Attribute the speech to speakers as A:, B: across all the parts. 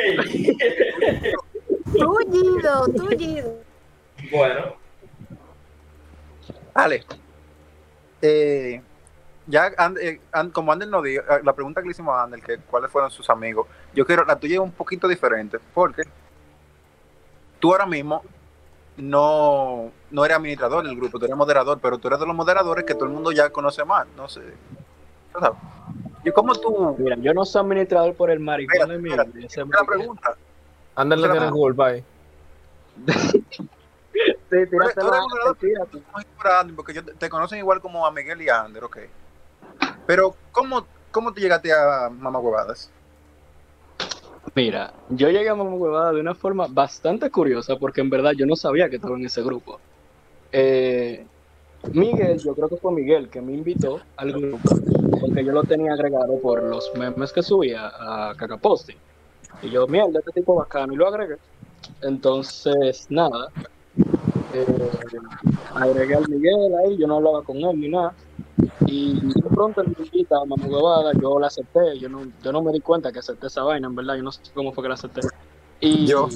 A: Hey.
B: Tullido, tullido.
A: Bueno,
C: Ale, eh, ya And- eh, And- como Ander nos dijo, eh, la pregunta que le hicimos a Ander, que cuáles fueron sus amigos, yo quiero, la tuya es un poquito diferente, porque tú ahora mismo no, no eres administrador del grupo, tú eres moderador, pero tú eres de los moderadores que todo el mundo ya conoce más, no sé. Tú sabes. ¿Y cómo tú?
D: Mira, yo no soy administrador por el maricón
C: Espérate,
D: de mi
C: espérate,
D: vida, ese
C: esa es
D: maricón.
C: la pregunta.
E: Anda en la
C: Claro.
E: tiene Google, bye.
D: Sí,
C: Tú eres, tú
D: tíratela,
C: eres moderador,
D: tírate.
C: tú conoces por Ander, porque yo te, te conocen igual como a Miguel y a Ander, ok. Pero, ¿cómo, cómo tú llegaste a Mamá Huevadas?
D: Mira, yo llegué a Mamá Huevada de una forma bastante curiosa porque en verdad yo no sabía que estaba en ese grupo. Eh, Miguel, yo creo que fue Miguel que me invitó al grupo porque yo lo tenía agregado por los memes que subía a Cacaposti. Y yo, mierda, este tipo bacano, y lo agregué. Entonces, nada, eh, agregué al Miguel ahí, yo no hablaba con él ni nada. Y de pronto él me invita a Mamá Huevada, yo la acepté, yo no, yo no me di cuenta que acepté esa vaina, en verdad, yo no sé cómo fue que la acepté. Y
C: Yo.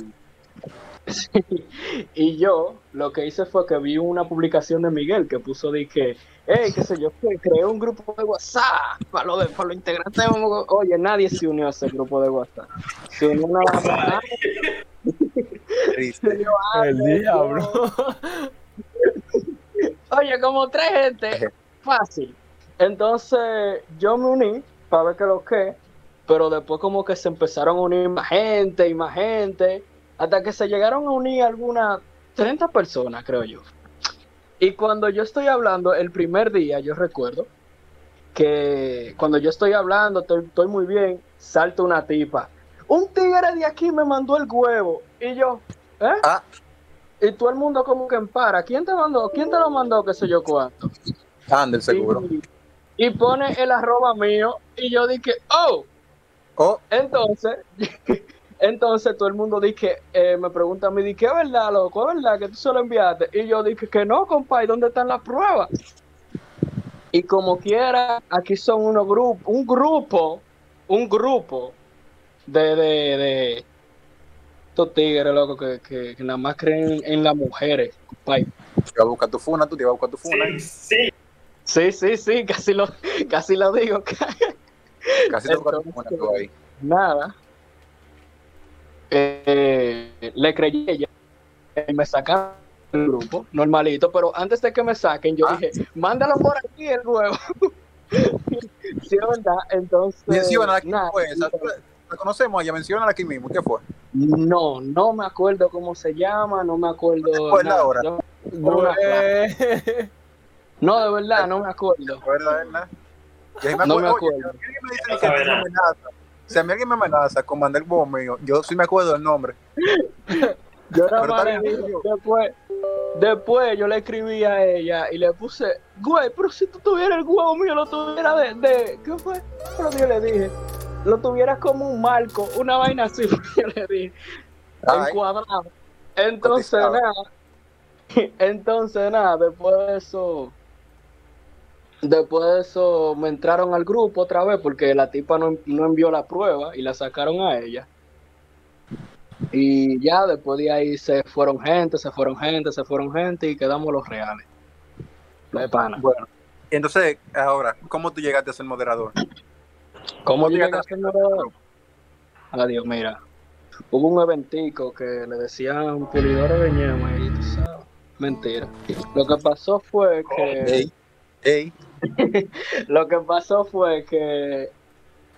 D: y yo lo que hice fue que vi una publicación de Miguel que puso de que, hey, qué sé yo, que creé un grupo de WhatsApp para los para los integrantes. de Mamá Huevada". Oye, nadie se unió a ese grupo de WhatsApp. Se unió una
C: Triste.
E: El diablo.
D: Oye, como tres gente. Fácil. Entonces yo me uní para ver qué lo que. Pero después como que se empezaron a unir más gente y más gente. Hasta que se llegaron a unir algunas 30 personas, creo yo. Y cuando yo estoy hablando, el primer día, yo recuerdo que cuando yo estoy hablando, estoy, estoy muy bien, salta una tipa. Un tigre de aquí me mandó el huevo. Y yo, ¿eh?
C: Ah.
D: Y todo el mundo como que en para. ¿Quién te mandó? ¿Quién te lo mandó? ¿Qué sé yo cuánto?
C: Ander, seguro.
D: Y, y pone el arroba mío y yo dije, oh,
C: Oh,
D: entonces, entonces todo el mundo dije, eh, me pregunta a mí, dije, ¿es verdad, loco? ¿Es verdad que tú se lo enviaste? Y yo dije, que no, compadre, ¿dónde están las pruebas? Y como quiera, aquí son unos grupos, un grupo, un grupo de, de, de estos tigres, loco, que, que, que nada más creen en las mujeres, compadre.
C: te va a buscar tu funa, tú te vas a buscar tu funa.
A: sí, sí.
D: Sí, sí, sí, casi lo, casi lo digo,
C: Casi te va a buscar tu funa tú ahí.
D: nada. Eh, le creí ella y me sacaron del grupo, normalito, pero antes de que me saquen, yo
C: Ah.
D: dije, mándalo por aquí el huevo. sí, es verdad, entonces.
C: Menciona aquí
D: Pues, nada,
C: fue esa. La conocemos a ella, menciona aquí mismo. ¿Qué fue?
D: No, no me acuerdo cómo se llama, no me acuerdo.
C: acuerdas
D: nada,
C: ahora?
D: yo- No, no, de verdad, no me acuerdo.
C: ¿Te acuerdas, verdad? Y ahí me
D: No me
C: acuerdo, oye,
D: acuerdo.
C: si alguien me dice
A: No
C: que
A: sabe
C: alguien me
A: nada.
C: amenaza, si a mí alguien me amenaza con mandar el bobo mío, yo sí me acuerdo del nombre.
D: Yo nada
C: Pero
D: más
C: está
D: le
C: bien,
D: dije-
C: yo-
D: después, después yo le escribí a ella y le puse, güey, pero si tú tuvieras el huevo mío, lo tuvieras de, de- ¿qué fue? Lo que yo le dije, lo tuvieras como un marco, una vaina así, fue lo que yo le dije,
C: Ay,
D: encuadrado. Entonces
C: Cotizado.
D: nada, entonces nada, después de eso, después de eso me entraron al grupo otra vez porque la tipa no, no envió la prueba y la sacaron a ella. Y ya después de ahí se fueron gente, se fueron gente, se fueron gente y quedamos los reales. Los panas.
C: bueno. Entonces, ahora, ¿cómo tú llegaste a ser moderador?
D: ¿Cómo
C: Oye,
D: llegaste a
C: la-
D: ser moderador? Adiós, Ah, mira. Hubo un eventico que le decían pulidor de ñema y tú sabes. Mentira. Lo que pasó fue que.
C: Ey, ey,
D: Ah, Lo que pasó fue que.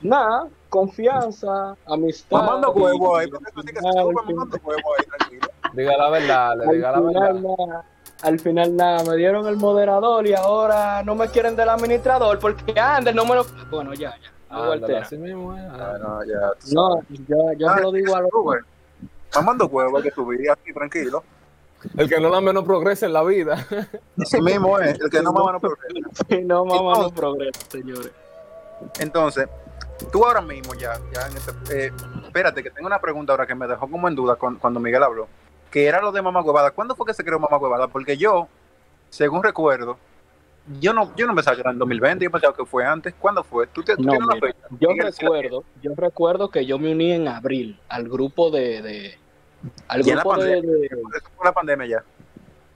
D: Nada, confianza, amistad.
C: mamando huevo ahí.
D: y-
C: porque tú sí que se sube mamando huevo ahí, tranquilo.
E: Diga la verdad, Ale,
D: Al
E: diga la
D: final,
E: verdad.
D: nada, al final nada, me dieron el moderador y ahora no me quieren del administrador porque antes no me lo. Bueno, ya, ya. hago
E: Ándale,
D: altera.
E: así mismo, eh. Ah,
C: Bueno, ya. tú sabes.
D: No, yo, yo
C: Ah,
D: te lo digo a los
C: Sube. Mamando huevo que subí así, tranquilo.
E: El que no la menos progresa en la vida.
C: Así mismo es, el que no mama no progresa.
D: Sí, no, mamá, no
C: Entonces-
D: progresa, señores.
C: Entonces, tú ahora mismo ya, ya en este- eh, espérate, que tengo una pregunta ahora que me dejó como en duda con- cuando Miguel habló, que era lo de Mamá Huevada. ¿Cuándo fue que se creó Mamá Huevada? Porque yo, según recuerdo, Yo no, yo no pensaba que era en 2020, yo pensaba que fue antes. ¿Cuándo fue? ¿Tú, te, tú
D: No,
C: tienes la
D: mira,
C: fecha?
D: Yo
C: Miguel, sí la
D: recuerdo, yo recuerdo que yo me uní en abril al grupo de, de- al
C: Y en la
D: grupo de, de-
C: tienes. Eso fue la pandemia ya.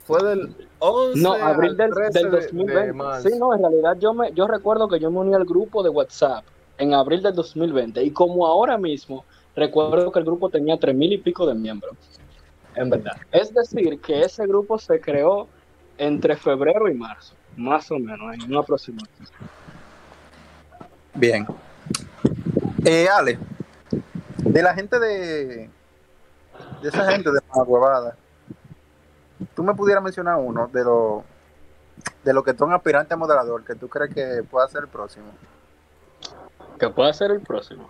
E: Fue del 11
D: no,
E: al
D: abril del,
E: 13
D: del
E: de-
D: 2020.
E: de marzo.
D: sí, no, en realidad yo me yo recuerdo que yo me uní al grupo de WhatsApp en abril del 2020 y como ahora mismo recuerdo que el grupo tenía tres mil y pico de miembros. En verdad. Es decir, que ese grupo se creó entre febrero y marzo, más o menos, en una aproximación.
C: Bien. Eh, Ale, de la gente de. De esa gente de Maguabada, tú me pudieras mencionar uno de los. De lo que tú un aspirante a moderador que tú crees que pueda ser el próximo.
D: que pueda ser el próximo.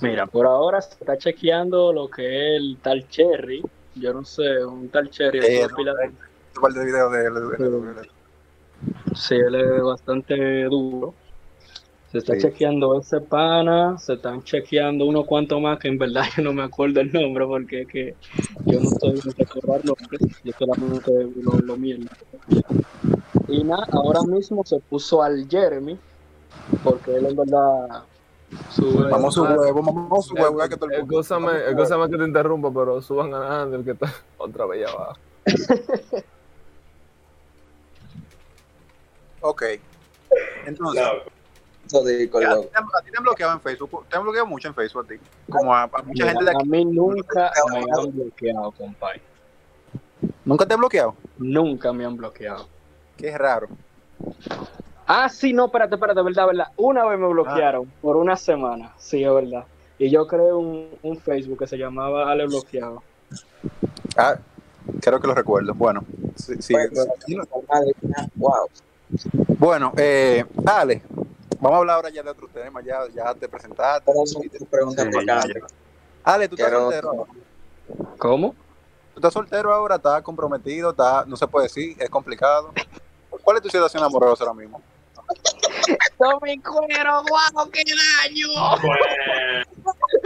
D: Mira, por ahora se está chequeando lo que es el tal Cherry. Yo no sé, un tal Cherry.
C: Eh,
D: es una pila de-
C: Un par de videos de él, de él, de él.
D: Sí, él es bastante duro. Se está
C: Sí.
D: chequeando ese pana, se están chequeando uno cuanto más, que en verdad yo no me acuerdo el nombre porque es que yo no estoy en recordar nombres, yo solamente lo, lo miro. Y nada, ahora mismo se puso al Jeremy, porque él en verdad sube.
C: Vamos a su huevo, vamos a su huevo. ya que todo el mundo-
E: Escúchame, escúchame que te interrumpa, pero suban a Ander que está otra vez allá abajo.
C: Ok. Entonces,
A: Eso de con
C: a,
A: lo-
C: ti te, a ti te han bloqueado en Facebook. Te han bloqueado mucho en Facebook a ti. Como a, a mucha
D: Mira,
C: gente de
D: A
C: aquí.
D: mí nunca me han bloqueado, compadre.
C: ¿Nunca te han bloqueado?
D: Nunca me han bloqueado.
C: Que es raro.
D: Ah, sí, no, espérate, espérate, verdad, verdad. Una vez me bloquearon por una semana, sí, es verdad. Y yo creé un, un Facebook que se llamaba Ale Bloqueado.
C: Ah, creo que lo recuerdo. Bueno, sí, sí,
A: Bueno,
C: sí, no-
A: madre mía, wow.
C: bueno eh, dale. Vamos a hablar ahora ya de otro tema. Ya, ya te presentaste.
A: Pero son tus preguntas
C: Sí,
A: por
C: ya,
A: cada
C: ya. Ale, tú estás
A: Quiero-
C: soltero. ahora?
D: ¿Cómo?
C: Tú estás soltero ahora, estás comprometido, está, no se puede decir, es complicado. ¿Cuál es tu situación amorosa ahora mismo?
D: ¡No me cuero, guau, qué daño!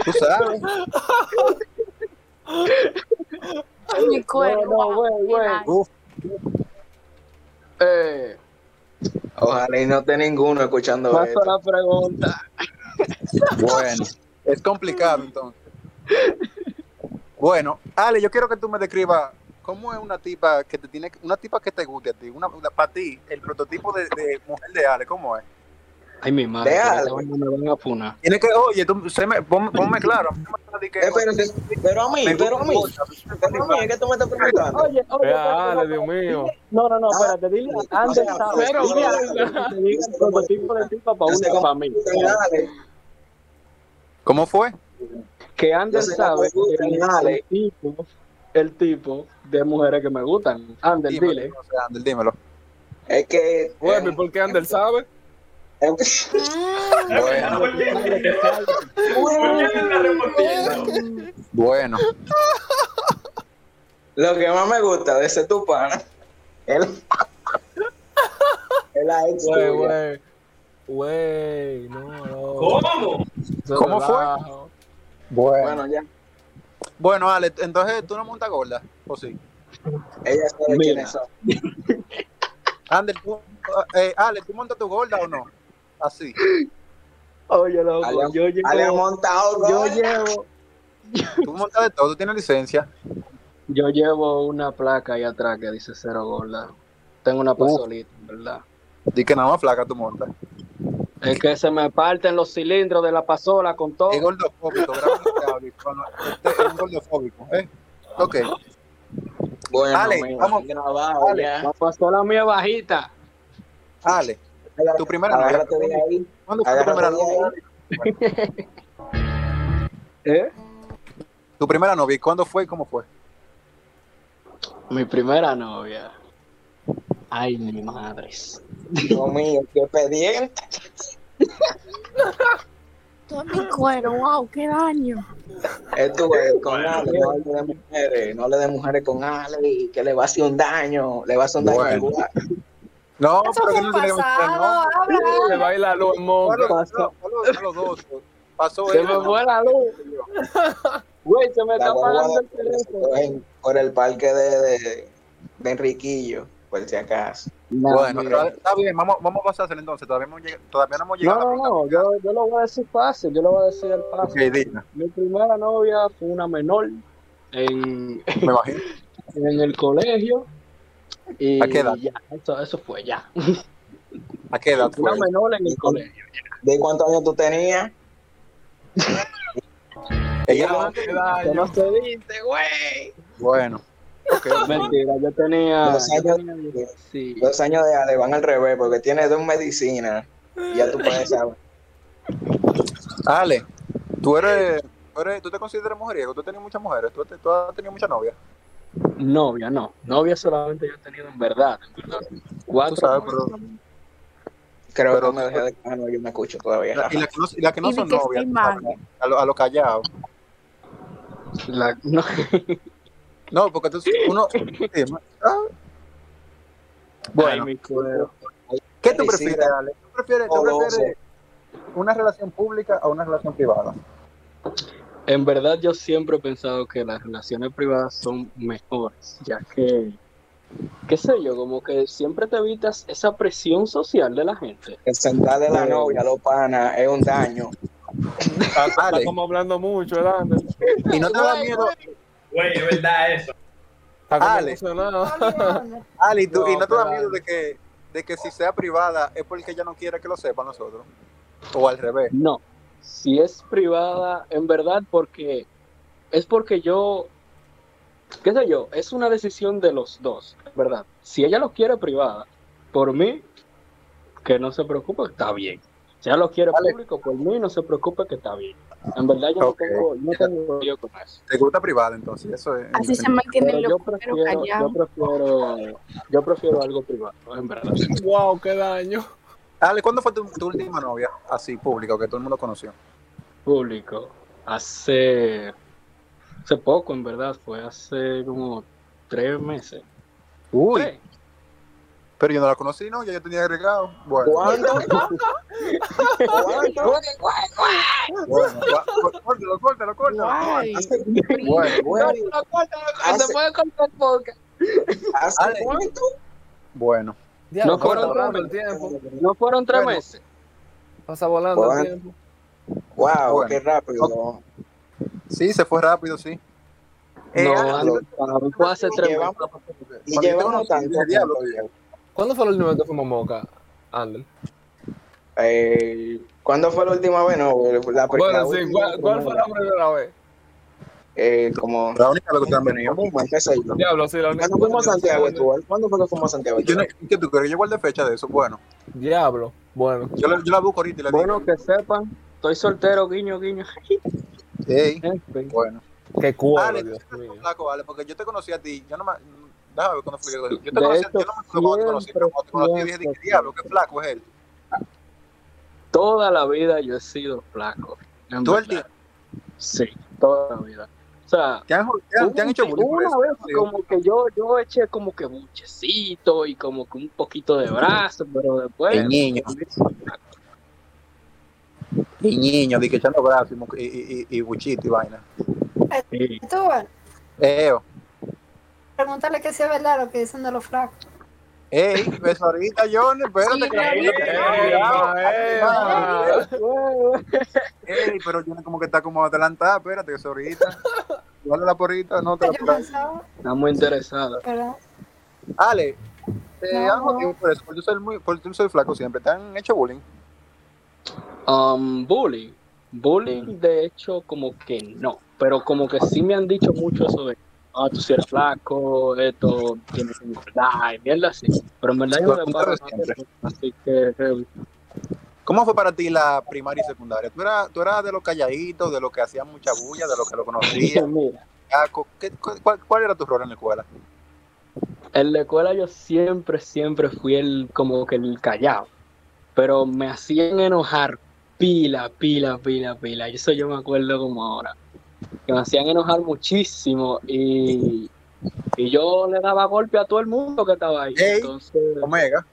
C: Tú sabes.
B: Mi cuerpo.
D: No, no, güey, güey.
C: Uf,
D: Eh,
A: Ojalá y no esté ninguno escuchando
D: paso
A: esto.
D: a la pregunta.
C: bueno, es complicado entonces. Bueno, Ale, yo quiero que tú me describas cómo es una tipa que te tiene, una tipa que te guste a ti, una, para ti, el prototipo de, de mujer de Ale, ¿cómo es?
D: Ay, mi madre,
A: Deja,
D: por esta
A: Ale.
D: vaina me van a punar.
C: Tiene que, oye, tú, se me, ponme, ponme claro. No me digas que-
A: Espérate, Eh, pero a mí,
C: Me
A: pero a mí,
C: gusta,
A: pero a mí, ¿es que tú me estás preguntando?
D: Oye, oye,
E: Vea,
D: espérate,
E: Ale, Dios mío.
D: No, no, no, espérate, dile, antes
A: Pero,
D: sabes,
E: pero,
D: dile a
A: pero,
D: Ander que te diga el prototipo de tipa para
A: Yo sé
D: una
A: cómo-
D: para mí.
A: Dale.
C: ¿Cómo fue?
D: Que Ander
A: Yo sé
D: sabe
A: cómo me
D: que el,
A: gustan, Ale.
D: el tipo, el tipo de mujeres que me gustan. Ander,
C: dímelo,
D: dile.
C: o sea, Ander, dímelo.
A: Es que... eh,
E: Bueno, ¿y por qué Ander sabe?
A: es-
C: Bueno, bueno.
A: Lo que más me gusta de ese tu pana es es la ex
E: Wey,
A: tuya.
E: wey. Wey, no, no.
F: ¿Cómo?
E: Eso es
C: ¿Cómo fue?
E: relajo.
C: Bueno.
A: Bueno, ya.
C: Bueno, Ale, entonces tú no montas gorda, ¿o sí?
A: Ella sabe
D: Mira.
A: quiénes son.
C: Ander, tú, eh, Ale, ¿tú montas tu gorda o no? Así.
D: Oye, loco,
A: Ale-
D: yo
A: Ale ha
D: llevo,
A: montado
D: yo
A: ¿no?
D: llevo,
C: Tú montas de todo, tú tienes licencia.
D: yo llevo una placa ahí atrás que dice cero gorda. Tengo una pasolita, en ¿verdad?
C: Di que nada más flaca tú montas.
D: Es que se me parten los cilindros de la pasola con todo.
C: Es gordofóbico, grábalo. Este es un gordofóbico, ¿eh? Ok,
A: Bueno,
C: Ale,
A: men,
C: vamos.
A: grabado
C: Ale,
A: ya.
D: La pasola mía bajita.
C: Ale, tu primera novia.
A: Agárrate de ahí.
C: ¿Cuándo fue tu primera
A: Agárrate de
C: novia?
A: ahí.
D: ¿Eh?
C: Tu primera novia, ¿y ¿cuándo fue y cómo fue?
D: Mi primera novia. Ay, mi madre.
A: Dios mío, qué pendiente.
B: Todo mi cuero, wow, qué daño.
A: Esto es con Ale, no le de mujeres, no le de mujeres con Ale, que le va a hacer un daño, le va a hacer un daño
C: Bueno.
A: igual.
C: No,
B: Eso
C: pero
B: fue
C: que
B: el
C: no tiene que mencionar
B: pasado,
C: nombres.
E: Se
B: habla.
E: baila luz
C: Fue a
E: en moca.
C: los- fue a los- a los dos. Pasó
D: Se
C: él,
D: me
C: ¿no?
D: fue la luz. Güey, se me
A: La
D: está
A: guagua
D: apagando
A: de-
D: el teléfono.
A: por el- por el parque de, de, de Enriquillo. por si acaso.
C: Bueno,
D: mira.
C: pero está bien, vamos, vamos a pasar entonces. Todavía, hemos llegado- todavía no hemos
D: No,
C: llegado a
D: no,
C: la
D: no, yo, yo lo voy a decir fácil, yo lo voy a decir al paso.
C: pregunta. Ok, dila,
D: Mi primera novia fue una menor en,
C: me imagino.
D: en el colegio. Y
C: ¿A qué edad?
D: ya, eso, eso fue ya.
C: ¿A qué edad fue?
D: Una menor en el colegio.
A: ¿De cuántos años tú tenías?
C: Ella era
A: No,
C: antes-
D: Yo no te diste, güey.
C: Bueno, ok.
D: Mentira, yo tenía.
A: Los años-
D: Ah, yo tenía 17.
A: Los años de Ale van al revés, porque tienes dos medicinas. Ya tú puedes saber.
C: Ale, tú eres, tú eres- tú te consideras mujeriego, tú has tenido muchas mujeres, tú, te- tú has tenido muchas novias.
D: Novia, no. Novia solamente yo he tenido en verdad. en verdad.
C: Tú
D: Cuatro.
C: sabes, pero,
A: Creo
C: Pero-
A: que me dejé de. Ah, no, yo me escucho todavía.
C: y las que no, y las que no
B: Y di
C: son
B: que
C: novias,
B: estoy
C: tú sabes, a lo, a lo callado.
D: la- no,
C: No, porque entonces uno... sí, ma- ah.
D: Ay,
C: Bueno,
D: mi cuero.
C: ¿qué tú
A: Ay, sí,
C: prefieres, Ale? ¿Tú prefieres, tú
A: Goloso.
C: prefieres una relación pública a una relación privada?
D: En verdad yo siempre he pensado que las relaciones privadas son mejores, ya que, qué sé yo, como que siempre te evitas esa presión social de la gente.
A: El sentar de la
D: Eh.
A: novia, a los panas, es un daño.
C: Ale,
E: Estamos hablando mucho, el Ander.
C: y no te da miedo,
F: Güey, es verdad eso.
E: Está como
C: Ale.
E: emocionado.
C: Ale, y, tú- y no te da
E: No,
C: miedo de que, de que si sea privada es porque ella no quiere que lo sepan nosotros. O al revés.
D: No, si es privada, en verdad porque es porque yo, qué sé yo, es una decisión de los dos, en ¿verdad? Si ella lo quiere privada, por mí, que no se preocupe, está bien. Si ella lo quiere
C: Vale.
D: público, por mí, no se preocupe, que está bien. En verdad yo
C: Ok.
D: no tengo, no tengo yo con eso.
C: ¿Te gusta privada entonces? Eso es...
B: Así se mantienen
D: Pero yo
B: los pero
D: prefiero, yo
B: callados.
D: prefiero, yo prefiero algo privado, en verdad.
E: Wow, qué daño.
C: Ale, ¿cuándo fue tu, tu última novia así pública que todo el mundo conoció?
D: Público. Hace, hace poco, en verdad, fue hace como tres meses.
C: Uy,
D: Tres.
C: pero yo no la conocí, ¿no? Ya yo tenía agregado. Bueno,
A: ¿Cuánto? ¿Cuánto?
C: bueno, va- cor- córtalo, córtalo, córtalo.
B: Guay.
C: Bueno,
A: Bueno, hace- ¿hace
C: Ale.
A: cuánto?
C: bueno.
E: Ya,
D: No,
E: pasa
D: corta,
E: volando el
D: corta.
E: tiempo.
D: No fueron tres
C: Bueno.
D: meses.
E: Pasa volando
A: Bueno.
E: el tiempo.
A: Wow,
C: Bueno.
A: qué rápido.
C: Sí, se fue rápido, sí. Eh, Ale,
D: No,
A: hazlo.
D: para mí fue hace tres meses.
A: Llevamos- Y llevamos
C: Cuando yo te conocí,
A: tanto
C: dije, diablo,
A: tiempo.
E: ¿Cuándo fue la última vez que fuimos moca, Ander?
A: Eh, ¿Cuándo fue la última vez? No, la, Pues la
E: Bueno, sí,
A: última
E: ¿cuál, cuál fue la primera vez?
A: Eh, como...
C: La única vez que te han venido.
A: ¿Cómo? ¿Qué sé yo?
E: Diablo, sí, la única
A: ¿Cuándo fuimos a
E: vez que
A: Santiago,
E: fuimos-
A: tú? ¿Cuándo fue que fuimos a Santiago?
C: Yo no, ¿Qué tú crees? Yo guardé fecha de eso. Bueno,
E: Diablo. Bueno,
C: yo la, yo la busco ahorita y la digo.
D: Bueno, que sepan, estoy soltero, guiño, guiño.
C: Ey,
D: En fin.
C: bueno.
E: qué cuero,
C: Ale, tú
E: Dios
C: eres
E: mío.
C: flaco, Ale, porque yo te conocí a ti. Yo no me... Déjame ver cuándo fue que yo te
D: De
C: conocí.
D: hecho,
C: Yo no me acuerdo cuándo te conocí, pero cuando te conocí dije,
D: siempre,
C: dije, diablo, qué flaco es él.
D: Toda la vida yo he sido flaco. en
C: Todo el
D: verdad.
C: tiempo.
D: Sí, toda la vida. O sea,
C: ¿Te han, te han- te han hecho bullying por
D: Una
C: eso?
D: vez
C: Sí.
D: como que yo, yo eché como que buchecito y como que un poquito de brazo, pero después...
C: El niño. Y niño, di que echando brazos y, mo- y, y, y- y buchito y vaina.
D: Sí.
G: Tú, bueno,
C: Eo,
G: pregúntale que si es verdad lo que dicen de los flacos.
C: ey, beso ahorita, John, espérate que
F: Ey, ey,
C: Cuidado.
E: ey,
C: Ey, pero John como que está como adelantada, espérate que es ahorita. Dale la porrita, no te la
G: Yo
C: porra.
G: pensaba,
D: Está muy interesada.
G: pero
C: Ale, te
G: No.
C: han jodido por eso, por yo soy muy, por yo soy flaco siempre, te han hecho bullying.
D: Um, bullying.
C: Mm.
D: Bullying, de hecho, como que no. Pero como que sí me han dicho mucho eso de, ah, tú si eres flaco, esto, tienes que engordar, y mierda así. Pero en verdad yo
C: Lo
D: me
C: contrario
D: paro
C: siempre.
D: Así que, eh,
C: ¿Cómo fue para ti la primaria y secundaria? ¿Tú eras, tú eras de los calladitos, de los que hacían mucha bulla, de los que lo conocían?
D: mira,
C: caco? ¿Qué- cuál, ¿Cuál era tu rol en la escuela?
D: En la escuela yo siempre, siempre fui el como que el callado, pero me hacían enojar pila, pila, pila, pila. y Eso yo me acuerdo como ahora. Que me hacían enojar muchísimo y, y yo le daba golpe a todo el mundo que estaba ahí.
C: Ey.
D: Entonces,
C: Omega.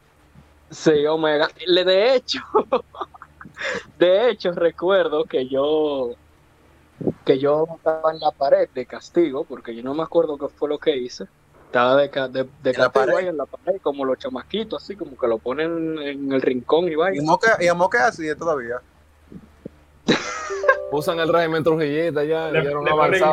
D: sí, Omega. Le- De hecho, de hecho recuerdo que yo que yo estaba en la pared de castigo porque yo no me acuerdo qué fue lo que hice Estaba de, ca- de, de
C: En la
D: capa
C: pared.
D: guay en la pared, como los chamaquitos, así como que lo ponen en el rincón y
C: Y
D: vaina.
C: Moca, y a Moca es así todavía.
E: Usan el régimen trujillista ya,
F: Le-
E: ya no
F: le
E: han avanzado.